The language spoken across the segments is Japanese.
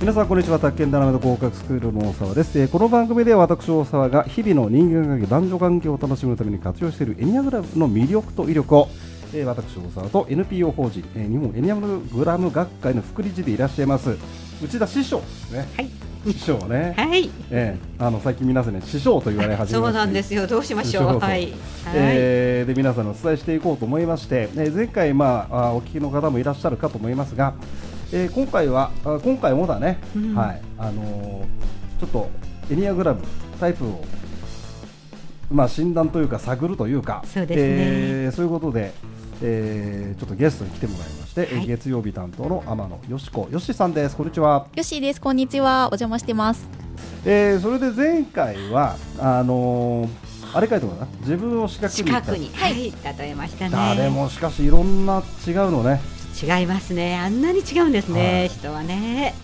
皆さんこんにちは宅建ダナメの合格スクールの大沢です、えーこの番組では私大沢が日々の人間関係男女関係を楽しむために活用しているエニアグラムの魅力と威力を、えー私大沢と NPO 法人、えー日本エニアグラム学会の副理事でいらっしゃいます内田師匠ですねはい。師匠ね、はい。えーあの最近皆さんね師匠と言われ始めそまうしたなんですよ。どうしましそうょそうう。はい。はい。えーで皆さんにお伝えしていこうと思いまして、えー前回、まあ、あーお聞きの方もいらっしゃるかと思いますが、えー今回はあー今回もだね、うんはいあのーちょっとエニアグラムタイプを、まあ、診断というか探るというかそうですねえーそういうことで、えーちょっとゲストに来てもらいまして、はい月曜日担当の天野よしこよしさんです。こんにちはよしーです。こんにちは。お邪魔してます。えーそれで前回はあのーあれかいと思うな自分を視覚に近くに。はい。例えましたね。誰もしかしいろんな違うのね違いますね。あんなに違うんですはねい。人はね。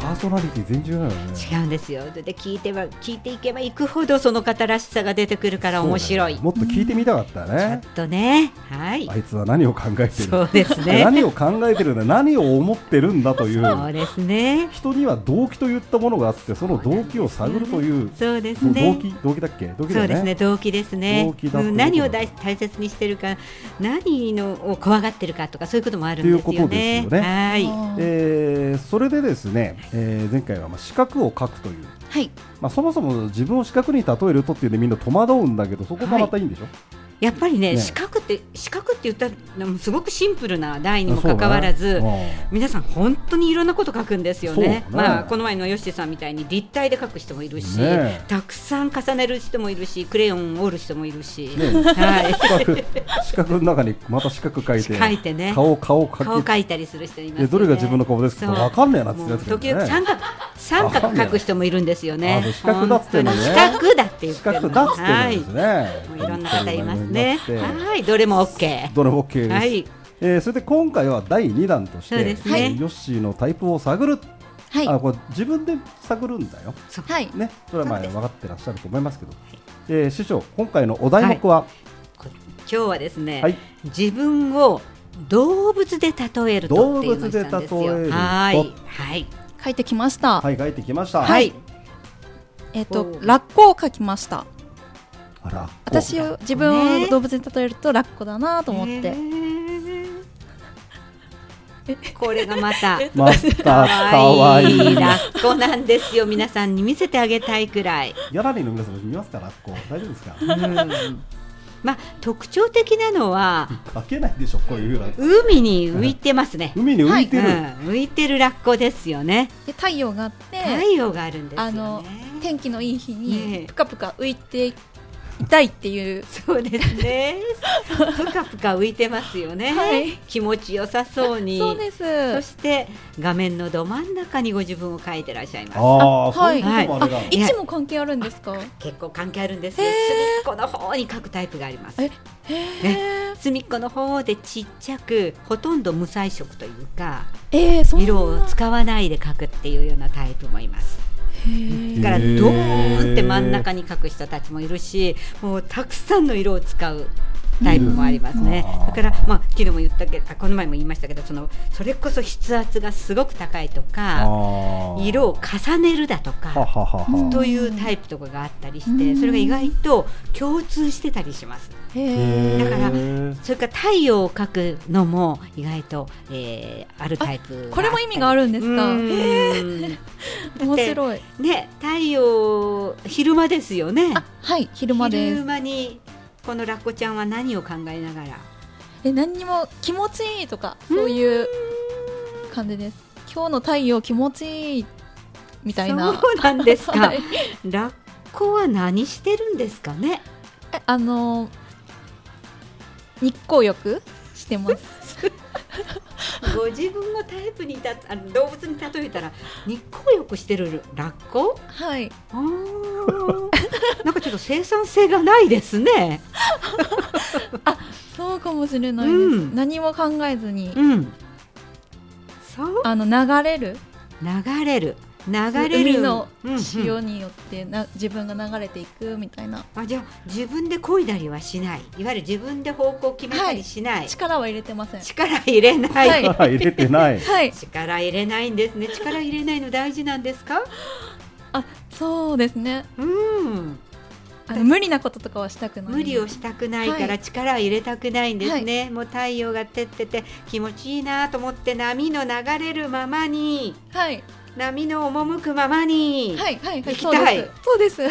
パーソナリティ全然違うのよね違うんですよ。で、聞いては、聞いていけばいくほど、その方らしさが出てくるから面白い。そうだねちもっと聞いてみたかったょねっとね。はいあ。いつは何を考えてるそうですね。何を考えてるんだ何を思ってるんだといそううですね。人には動機といったものがあってその動機を探るというそうですど動ね。機動機だっけ動機だそようねですね動機ですね動機だうということん、何を大大切にしてるか何のを怖がってるかとかそういうこともあるんですよねということですよねはあいーえーそれでですね、えー前回はまあ四角を書くという、はい。まあ、そもそも自分を四角に例えるとっていうのでみんな戸惑うんだけどそこがまたいいんでしょ、やっぱりねね四角って四角って言ったらもうすごくシンプルな題にもそうかねかわらず、うん皆さん本当にいろんなこと書くんですよそうねね。まあこの前の吉瀬さんみたいに立体で書く人もいるし、ねえたくさん重ねる人もいるし、クレヨンを折る人もいるし、ねはい。四角四角の中にまた四角書いて書いてね顔顔書顔き描いたりする人いますよえね。どれが自分の顔ですかそうわかんねえなってもやうつだ時けど々ね三角三角描く人もいるんですよねあ。四角だっつってんのね本当に四角だって言っ四てる角のだっつってはいるんです。ね、もういろんな方いますね。はい、どれもオッケどれも OK です、ー。はい、えーそれで今回は第2弾としそうて、ですねえーヨッシーのタイプを探る、はい。あこれ自分で探るんだよはい。ねそれはまあ分かってらっしゃると思いますけど、えー師匠今回のお題目は今日はですね、はい自分を動物で例えるとっていうのをしたんですよ。動物で例えるとはい、はい、書いてきました。はい、書いてきました、はい、えっ、おと、ーラッコを書きました。あら私こを自分ねを動物に例えるとラッコだなと思って、へー。これがま た。うま たかわいいラッコなんですよ皆さんに見せてあげたいくらい、ギャラリーの皆さん見ますかラッコ大丈夫ですかまあ、特徴的なのは書けないでしょこういうラッコ海に浮いてますね、海に浮いてうん、る、浮いてるラッコですよねで太陽があって、太陽があるんですよねあの天気のいい日ねえにぷかぷか浮いていたいっていう、そうですねぷかぷか浮いてますよね、はい気持ちよさそうにそうですそして画面のど真ん中にご自分を描いてらっしゃいますあああはいそういうこともあれだ、あい位置も関係あるんですか結構関係あるんですよへー隅っこの方に書くタイプがありますえへー隅っこの方でちっちゃくほとんど無彩色というかえー、そんな色を使わないで描くっていうようなタイプもいますへーだからへドーーンって真ん中に描く人たちもいるしもうたくさんの色を使うタイプもありますねうんだから、まあ、昨日も言ったけどあこの前も言いましたけどそのそれこそ筆圧がすごく高いとかあー色を重ねるだとはかはははというタイプとかがあったりしうてんそれが意外と共通してたりします。へだからへそれから太陽を描くのも意外と、えーあるタイプがあったりこれも意味があるんですかうーんー面白いね太陽昼間ですよねあはい昼間です昼間にこのラッコちゃんは何を考えながらえ何にも気持ちいいとかそういう感じです今日の太陽気持ちいいみたいなそうなんですか はいラッコは何してるんですかねえあの日光浴してますご自分のタイプにたあの動物に例えたら日光浴してるラッコはいあーなんかちょっと生産性がないですねそうかもしれないです、うん何も考えずにうんそうあの流れる流れる流れ海るのうんうん潮によってな自分が流れていくみたいなあじゃあ自分で漕いだりはしないいわゆる自分で方向を決めたりしない、力は入れてません。力入れない、は入いれて ない。はい、力入れないんです ね力入れないの大事なんですかあそうですねうんあの無理なこととかはしたくない無理をしたくないかはらい力を入れたくないんですね、もう太陽が照ってて気持ちいいなと思って波の流れるままにはい波の赴くままに、はいはいは行いきそうでたいすそうです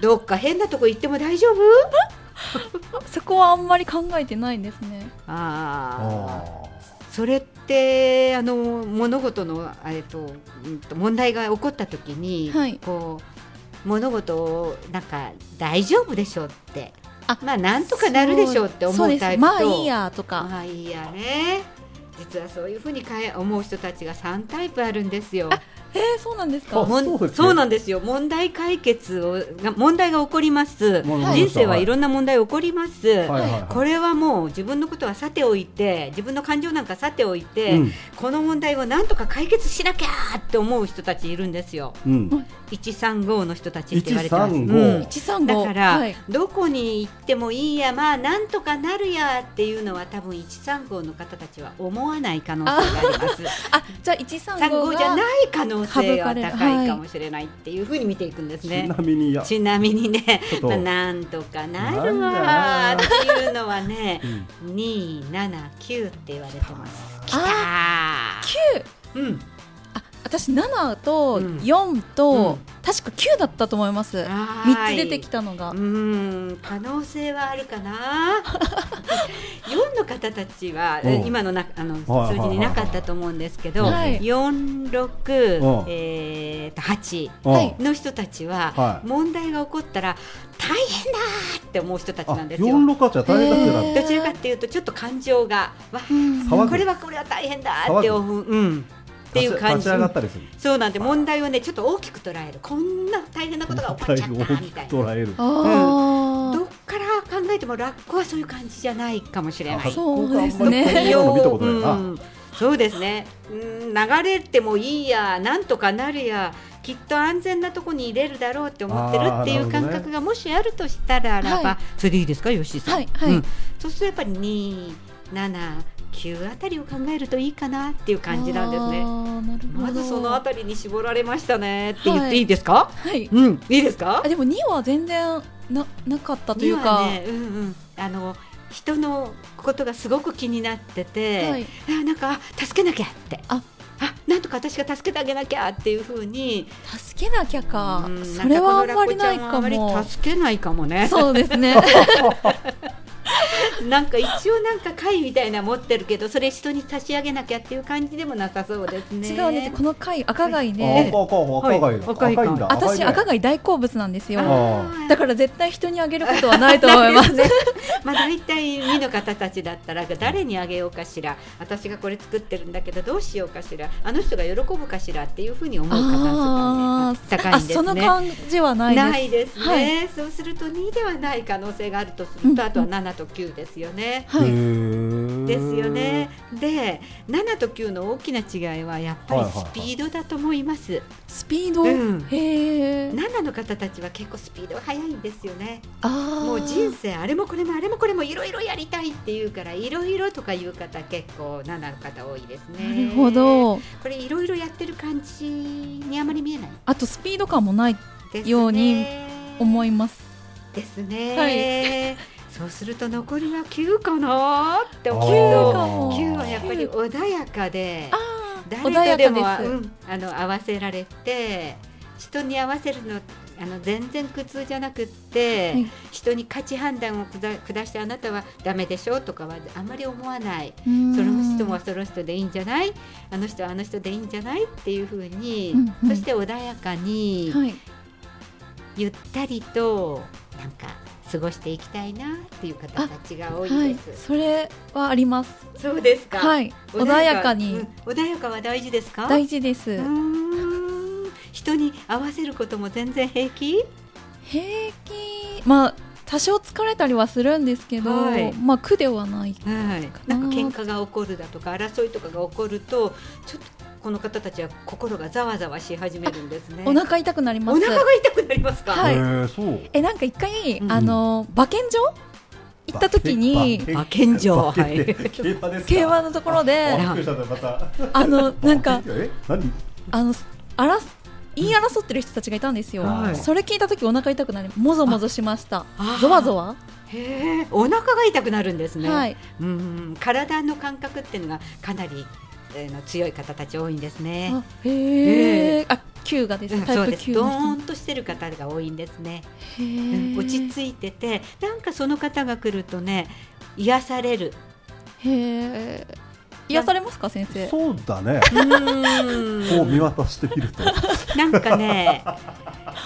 どっか変なとこ行っても大丈夫そこはあんまり考えてないんですねあああそれってあの物事のえっと、うんと、問題が起こった時に、はいこう物事をなんか大丈夫でしょうってあまあなんとかなるでしょうって思そうですタイプとまあいいやとかまあいいやね実はそういうふうに変え思う人たちが3タイプあるんですよ。えー、そうなんですあかもんそうですねそうなんですよ問題解決をが問題が起こりますもうはい人生はいんろんな問題起こります、はいはいはいこれはもう自分のことはさておいて自分の感情なんかさておいて、うんこの問題をなんとか解決しなきゃーって思う人たちいるんですようん135の人たちって言われてます、 135うん一三だ五から、はいどこに行ってもいいやまあなんとかなるやっていうのは多分135の方たちは思わない可能性がありますあじゃあ 一三五35がじゃない可能性が高いかもしれないっていうふうに見ていくんですちねな。みにいやちなみにねちょっ、とまあなんとかなるなわんーだっていうのはねう、ん279って言われてます。きたーうん、あ私七とうん四と、うん確か九だったと思いまはす三ーいつ出てきたのがうーん可能性はあるか な4の方たちは、えうん今のなあのはいはいはい数字になかったと思うんですけど、はい46、うんえーと8はいの人たちは、はい問題が起こったら大変だーって思う人たちあなんですよ四。六八は大変だってなるへーどちらかっていうとちょっと感情がわうん騒ぐこれはこれは大変だーって騒思う、うん、っていう感立じち上がったりするそうなんで問題をねちょっと大きく捉えるこんな大変なことが起こっちゃったみたいな捉えるあどっから考えてもラッコはそういう感じじゃないかもしれなあい。そうですあね発酵があんまり見たことないなうんそうですね、うん、流れてもいいやなんとかなるやきっと安全なとこに入れるだろうって思ってるっていあーなるほどうね感覚がもしあるとしたらば、はいそれでいいですか吉井さん、はいはいうんそうするとやっぱり279あたりを考えるといいかなっていう感じなんですあね。ーなるほどまずそのあたりに絞られましたねって言っていいですか、はいうんいいですかあでも2は全然ななかったというにはか、ねうんうん、あの人のことがすごく気になってて、はい、あなんかあ助けなきゃってああなんとか私が助けてあげなきゃっていうふうに助けなきゃか、うんそれはあんまりないんかかこのラッコちゃんはあもまり助けないかもねそうですね なんか一応なんか会みたいな持ってるけどそれ人に差し上げなきゃっていう感じでもなさそうですね違うんですこの回赤貝あね赤赤赤赤はいいだ赤いんだ私赤い貝大好物なんですよあーだから絶対人にあげることはないと思いま すね。まあ大体2の方たちだったら誰にあげようかしら私がこれ作ってるんだけどどうしようかしらあの人が喜ぶかしらっていうふうに思う可能あ性が、ーね、高いあんでそすのね。感じはないですないですね、はそうすると2ではない可能性があるとすると、うんあとは7と9ですよね。はい、でですよねで7と9の大きな違いはやっぱりスピードだと思います、スピード、うんへえ7の方たちは結構スピードが速いんですよね。あもう人ー生あれもこれもあれもこれもいろいろやりたいっていうからいろいろとかいう方結構7の方多いですね。なるほどこれいろいろやってる感じにあまり見えないあとスピード感もないですね。ように思いますですね。そうすると残りは9かなって思う9とかも9はやっぱり穏やかであー誰穏とやでかもです、うん、あの合わせられて人に合わせるのあの全然苦痛じゃなくって、はい人に価値判断を下下してあなたはダメでしょとかはあまり思わないうんその人もその人でいいんじゃないあの人はあの人でいいんじゃないっていうふうに、うんうんそして穏やかに、はいゆったりとなんか過ごしていきたいなっていう方たちが多いです。はい、それはあります。そうですか、はい、穏やかに、うん穏やかは大事ですか大事です。うーん人に合わせることも全然平気平気、まあ多少疲れたりはするんですけど、はいまあ苦ではない。はいなんか喧嘩が起こるだとか争いとかが起こるとちょっとこの方たちは心がざわざわし始めるんですね。お腹痛くなりまおす腹が痛くなりますか。はへいーそうえなんか一回、うんあの馬券場行った時にあ健常馬券はいで競馬ですか競馬のところあでびっくりしたまたあのなんかえ何あのあら言い争ってる人たちがいたんですよ、はいそれ聞いた時お腹痛くなりもぞもぞしましたあゾワゾワ、へえ、お腹が痛くなるんですね。はいうん、体の感覚っていうのがかなり、えーの強い方たち多いんですね。あへえあ Q がですうんねそタうイプです。 9ドのーンとしてる方が多いんですね。人へえ落ち着いててなんかその方が来るとね癒されるへー癒されますか先生そうだねこう見な渡してみるとんかね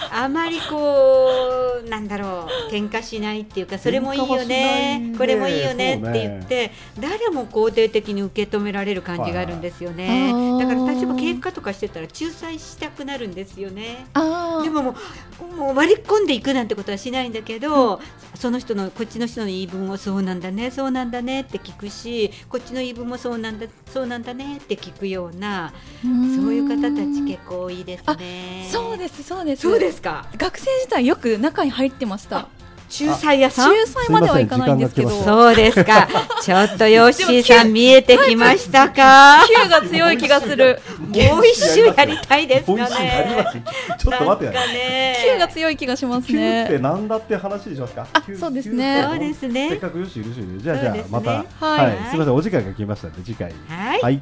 あまりこうなんだろう喧嘩しないっていうかそれもいいよ喧嘩はしないねねこれもいいよねっそうねて言って誰も肯定的に受け止められる感じがあるんですよねはいはいだからあー例えば喧嘩とかしてたら仲裁したくなるんですよね。あでももうもう割り込んでいくなんてことはしないんだけど、その人のこっちの人の言い分をそうなんだねそうなんだねって聞くしこっちの言い分もそうなんだそうなんだねって聞くようなそうそういう方たち結構多いですね。そうですそうですそうですか学生時代よく中に入ってました仲裁屋さん仲裁まではいかないんですけどすいません時間9そうです かちょっとヨッシーさん見えてきましたかが強い気が するもう一周やりたいですか美味しいありまねすちょっと待ってなんかね9が強い気がします九ってねなんだって話にしますかあ九そうですね九そうですねせっかくよしいるしいるじゃあそうじですゃあねまたはいすみませんお時間が来ましたんで次回はいはい